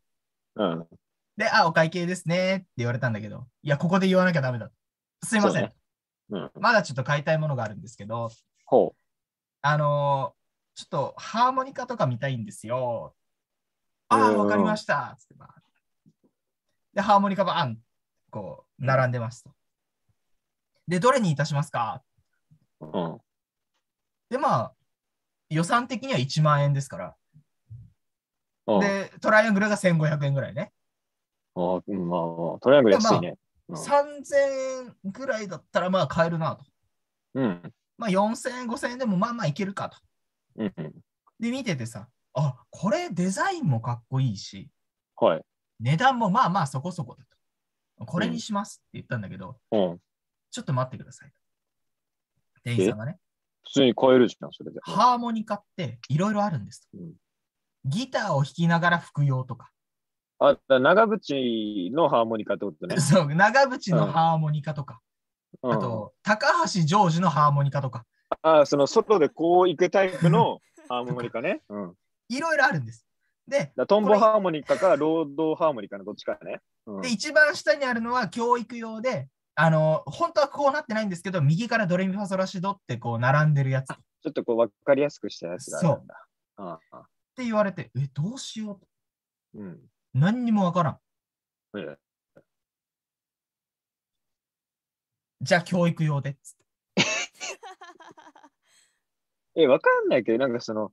の。うん。で、あ、お会計ですねって言われたんだけど、いや、ここで言わなきゃダメだ。すいません。そううん、まだちょっと買いたいものがあるんですけど、ほあのーちょっとハーモニカとか見たいんですよ。ああ、うんわかりました。つってばで、ハーモニカバーン、こう、並んでますと。で、どれにいたしますかう。うん。で、まあ、予算的には1万円ですから。うん、で、トライアングルが1500円ぐらいね。あーうんまあまあ、トライアングル安いね。うん3000円ぐらいだったら、まあ、買えるなと。うん。まあ、4000円、5000円でも、まあまあいけるかと。うん。うんで、見ててさ、あ、これデザインもかっこいいし、はい。値段もまあまあそこそこだと。これにしますって言ったんだけど、うん。ちょっと待ってください。店員さんがね、普通に超えるじゃん、それで。ハーモニカっていろいろあるんですとうん。ギターを弾きながら吹く用とか、。あ、だから長渕のハーモニカってことねそう長渕のハーモニカとか、うんあと、高橋ジョージのハーモニカとか、ああ、その外でこう行くタイプ (laughs) のハーモニカね。うん。だかいろいろあるんです。で、らトンボハーモニカか、ロードハーモニカのどっちかね。うんで、一番下にあるのは教育用で、あの、本当はこうなってないんですけど、右からドレミファソラシドってこう並んでるやつってちょっとこう分かりやすくしたやつがあるんだ。ああ言われて、え、どうしようとうん。何にもわからん。うんじゃあ教育用でっつって。え、分かんないけど、なんかその、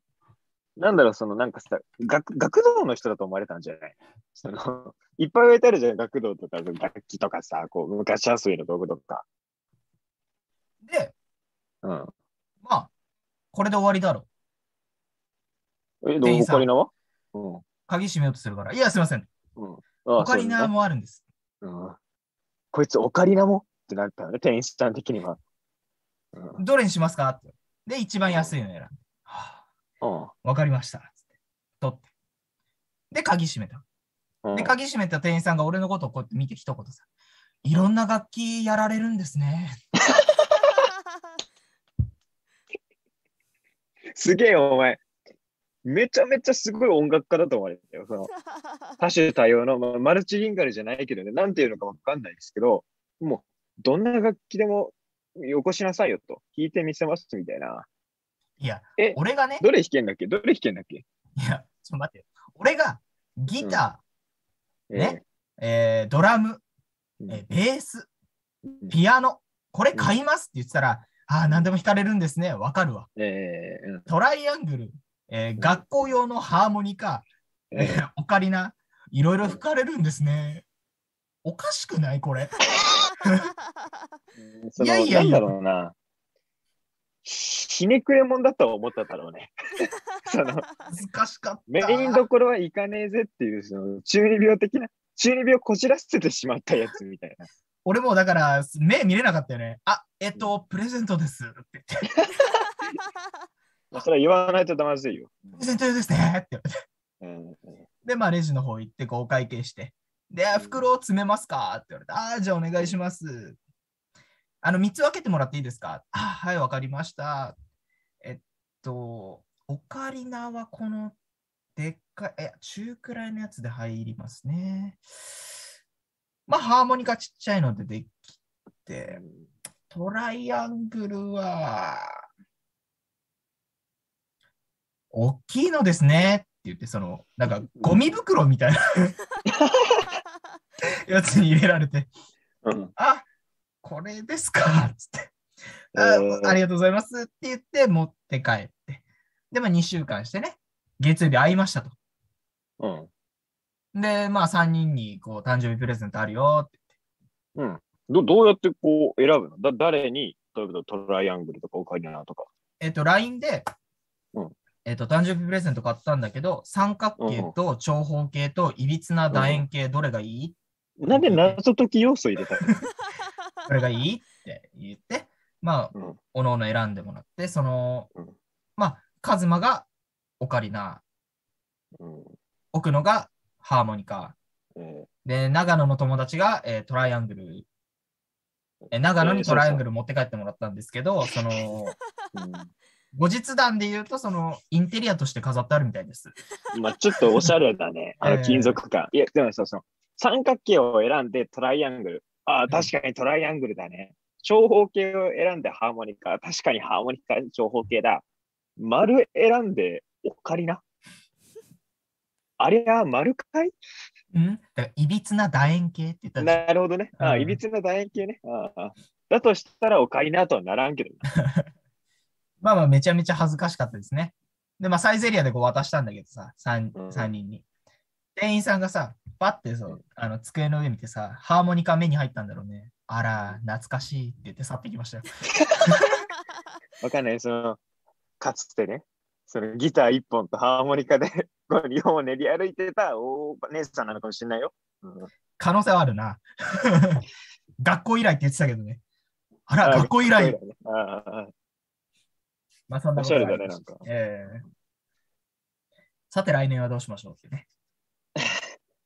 なんだろう、そのなんかさ、学学童の人だと思われたんじゃないその、いっぱい置いてあるじゃん、学童とか、楽器とかさ、こう、昔遊びの道具とか。で、うん。まあ、これで終わりだろう。え、ど店員うオさんカリナはうん。鍵閉めようとするから。いや、すいません。うん。オオカリナもあるんです。うんこいつオカリナもってなったよね、店員さん的には。うん。うん。どれにしますかって。で、一番安いの選んで。はうあわかりました。つって取って。で、鍵閉めた。んで、鍵閉めた店員さんが俺のことをこうやって見て一言さ。いろんな楽器やられるんですね。すげえよお前。めちゃめちゃすごい音楽家だと思われてよ。その多種多様の、まあ、マルチリンガルじゃないけどね、なんていうのかわかんないですけど、もう、どんな楽器でもよこしなさいよと、弾いてみせますみたいな。いやえ、俺がね、どれ弾けんだっけどれ弾けんだっけいや、ちょっと待ってよ。俺がギタえねー、えードラム、うんえーベース、うんピアノ、これ買いますって言ってたら、ああ、何でも弾かれるんですね。わかるわ。ええうんトライアングル、えーん学校用のハーモニカ、ええオカリナ、いろいろ吹かれるんですね。おかしくないこ (laughs) れ。そのいやいやいやなんだろうな。ひねくれもんだとは思っただろうね。その難しかった。メインどころはいかねえぜっていう、その中二病的な、中二病こじらせてしまったやつみたいな。俺もうだから、目見れなかったよね。あ、えっと、プレゼントですって言って。ま (laughs) あそれは言わないとまずいよ。プレゼント用ですねって言われて。うん、で、まあ、レジの方行って、こう、お会計して。で、あ袋を詰めますかって言われて、ああ、じゃあお願いします。あの、3つ分けてもらっていいですかあーはい、わかりました。えっと、オカリナはこのでっかい、いや中くらいのやつで入りますね。まあ、ハーモニカちっちゃいのでできて、トライアングルは、大きいのですねって言って、その、なんかゴミ袋みた (laughs) いなやつに入れられて、うんあこれですかつって、あうんありがとうございますって言って、持って帰って。で、まあ2週間してね、月曜日会いましたと。うん。で、まあ3人にこう誕生日プレゼントあるよって。うん。どどうやってこう選ぶのだ誰に、例えばトライアングルとかオカリナとか。えっと、LINE で、うんえっと、誕生日プレゼント買ったんだけど、三角形と長方形といびつな楕円形、どれがいいなんで謎解き要素入れたのどれがい (laughs) いって言って、まあ、うんおのおの選んでもらって、そのうん、まあ、カズマがオカリナ、うん奥野がハーモニカ、えで、長野の友達が、えートライアングル。え長野にトライアングル持って帰ってもらったんですけど、その、ー後日談で言うと、その、インテリアとして飾ってあるみたいです。うんまあちょっとおしゃれだね。あ (laughs) ええの金属感。いや、でもそうそう。三角形を選んでトライアングル。ああ、確かにトライアングルだね。長方形を選んでハーモニカ。確かにハーモニカ長方形だ。丸選んでオカリナ。あれは丸かいうんだから、いびつな楕円形って言ったら、なるほどね。ああ、うんいびつな楕円形ね。ああだとしたらオカリナとはならんけどな。まあまあ、めちゃめちゃ恥ずかしかったですね。で、まあ、サイゼリアでこう渡したんだけどさ、三うん三人に。店員さんがさ、パッてそう、あの机の上見てさ、ハーモニカ目に入ったんだろうね。あら、懐かしいって言って去ってきましたよ。わかんない。その、かつてね、そのギター1本とハーモニカで (laughs) こう日本を練り歩いてたお姉さんなのかもしれないよ。うん可能性はあるな。 (laughs) 学校以来って言ってたけどね。あら、あ学校以来。そうだねああああまあ、そんなことがありまおしゃれだねなしんたかええさて、来年はどうしましょうってね。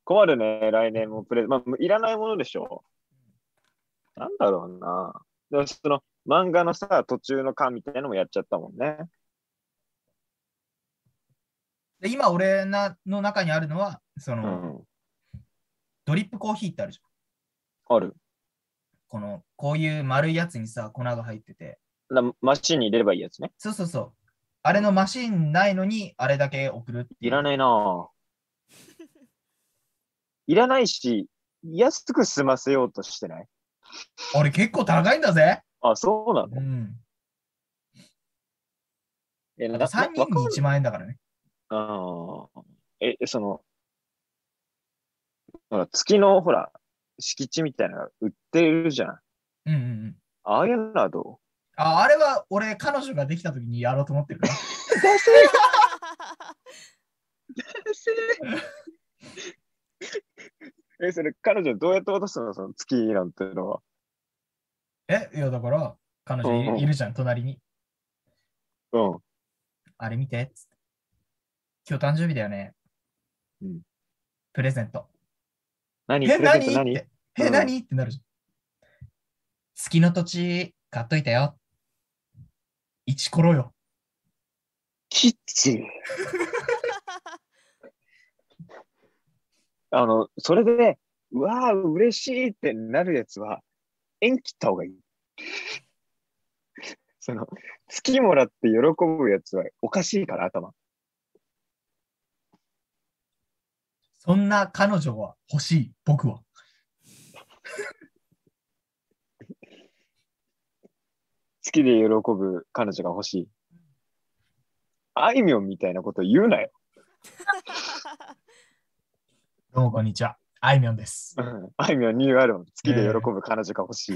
困るね、来年もプレゼンまあ、いらないものでしょう。なんだろうな。でもその漫画のさ、途中の巻みたいなのもやっちゃったもんね。で今、俺なの中にあるのは、そうの、ん。ドリップコーヒーってあるじゃん。ある。この、こういう丸いやつにさ、粉が入ってて。なマシンに入れればいいやつね。そうそうそう。あれのマシンないのに、あれだけ送るっていう。いらい。な (laughs) いなぁ。いらないし、安く済ませようとしてない俺結構高いんだぜ。あ、そうなのうん。え、な3人に1万円だからね。ああ。え、その、ほら、月の、ほら、敷地みたいなのが売ってるじゃん。うんうんうん。ああいうのは (laughs) どああれは俺、彼女ができた時にやろうと思ってるから。う出せえ、それ、彼女どうやって渡すのその月なんてのは。 (laughs) え、いやだから、彼女いる,、うんうんじゃん、隣に。うん。あれ見てっつって。今日誕生日だよね。うんプレゼント。何え、プレゼ何ントっ何て。え、うん何ってなるじゃん。月の土地買っといたよ。一コロよ。キッチン。あの、それで、うわー、嬉しいってなるやつは、縁切った方がいい。 (laughs) その、月もらって喜ぶやつはおかしいから、頭。そんな彼女は欲しい、僕は。月で喜ぶ彼女が欲しい。あいみょんみたいなこと言うなよ。 (laughs) どうもこんにちは。あいみょんです。うんあいみょんニューアルバム、月で喜ぶ彼女が欲しい。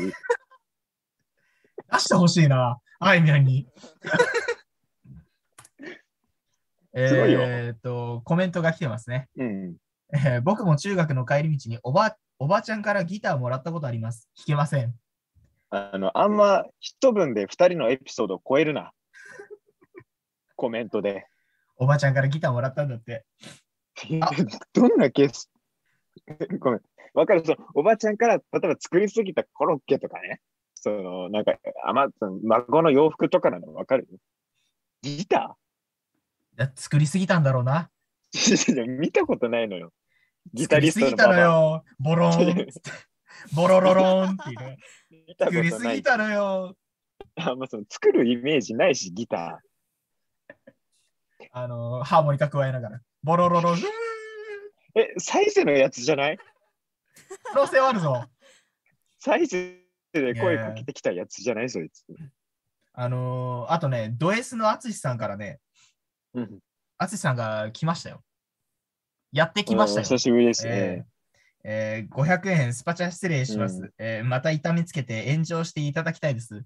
出してほしいな、あいみょんに。 (laughs) すごいよえーっと、コメントが来てますね。うん。えー僕も中学の帰り道におばおばちゃんからギターもらったことあります。弾けません。あの、あんま一文で二人のエピソードを超えるな。コメントで。おばちゃんからギターもらったんだって。あどんなケース (laughs) ごめん。わかる、そのおばちゃんから、例えば作りすぎたコロッケとかね、その、なんか、あま、その孫の洋服とかなのわかるギターや作りすぎたんだろうな。 (laughs) 見たことないのよ。ギタ作りリすストぎのたバのバよ。ボローンっつって。 (laughs) ボロロローンっ (laughs) ていうね。見たこ作りとすなぎい。たのよ。あんまその作るイメージないし、ギタあの、ハーモニカ加えながら。ボロロロ、うーんー。え、サイズのやつじゃない可能性はあるぞ。サイズで声かけてきたやつじゃないそいつ。あのーあとね、ド S の淳さんからね、うん淳さんが来ましたよ。やってきましたおよ。久しぶりですえねー。えー500円スパチャ失礼します、うえーまた痛みつけて炎上していただきたいです。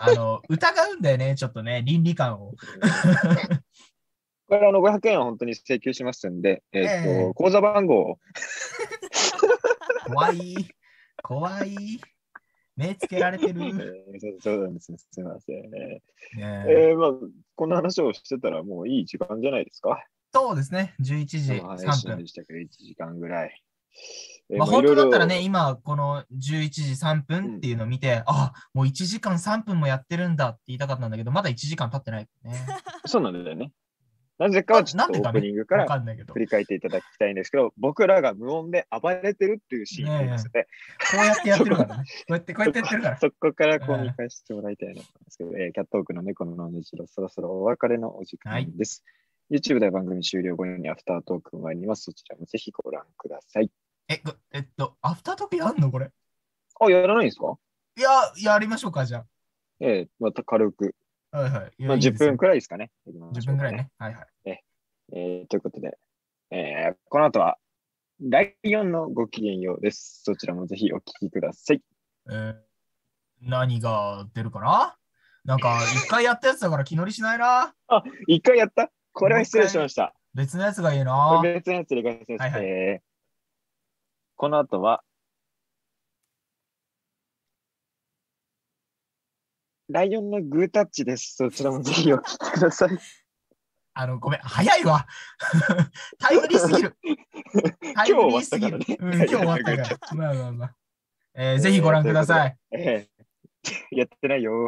あ (laughs) の疑うんだよね、ちょっとね、倫理観を。 (laughs) これあの500円は本当に請求しますんで、えっ、と、ええ口座番号を怖い、怖い、目つけられてえる。ーそうそうなんですね。すみません。えねーまあ、この話をしてたらもういい時間じゃないですか。そうですね、11時この話3分で。したけど、1時間ぐらい。えーまあ、もう本いろ当いろだったらね、今、この11時3分っていうのを見て、あもう1時間3分もやってるんだって言いたかったんだけど、まだ1時間経ってないね。そうなんだよね。なぜかはちょっななんでとかオねープニングかわらかんないけど、振こり返っていただきたいんですけど、僕らが無音で暴れてるっていうシーンなんですよね。うやってやってる (laughs) からね。こうやって、こうやってやってるから。そこからこう見返してもらいたいなと思うんですけど、えーキャットオークの猫のねじろ、そろそろお別れのお時間です。YouTube では番組終了後にアフタートークもあります。そちらもぜひご覧ください。え、ごえっと、アフタートークやんのこれ。あ、やらないんですかいや、やりましょうか、じゃえーまた軽く、あ。はいはい。いやまあ、いいで10すよ分くらいですかね。やりましょう10分かぐらい。ね。はいはい。えーということで、えーこの後は、ライオンのごきげんようです。そちらもぜひお聞きください。えー何が出るかななんか、一回やったやつだから気乗りしないな。一回やったこれは失礼しました。別のやつがいいこな。れ別のやつでご説明はいはいえーこの後は、ライオンのグータッチです。そちらもぜひお聞きくだ (laughs) さい。あの、ごめん、早いわ。 (laughs) タイムリーすぎ (laughs) る。タイムリーすぎる今日終わったからうん、今日終わねったから。まあまあまあ。えーぜひご覧ください。えーやってないよ。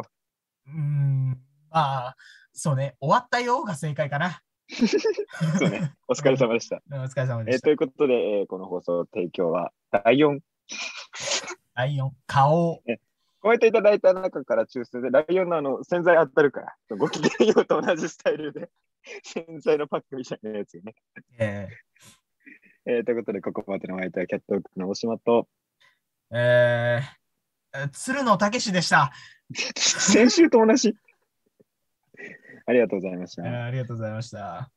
うーん、まあ、そうね、終わったようが正解かな。そ (laughs) うね。お疲れ様でした。うんお疲れ様えでーしたと。いうことで、えーこの放送提供は、ライオン。ライオン、顔を。コメントいただいた中から抽選で、ライオンのあの洗剤当たるから、ごきげんようと同じスタイルで、 (laughs) 洗剤のパックみたいなやつよね。ええーということで、ここまでのお相手はキャットウォークの大島と、ーえーえー鶴野武史でした、先週と同じ。ありがとうございましえた。ーありがとうございました。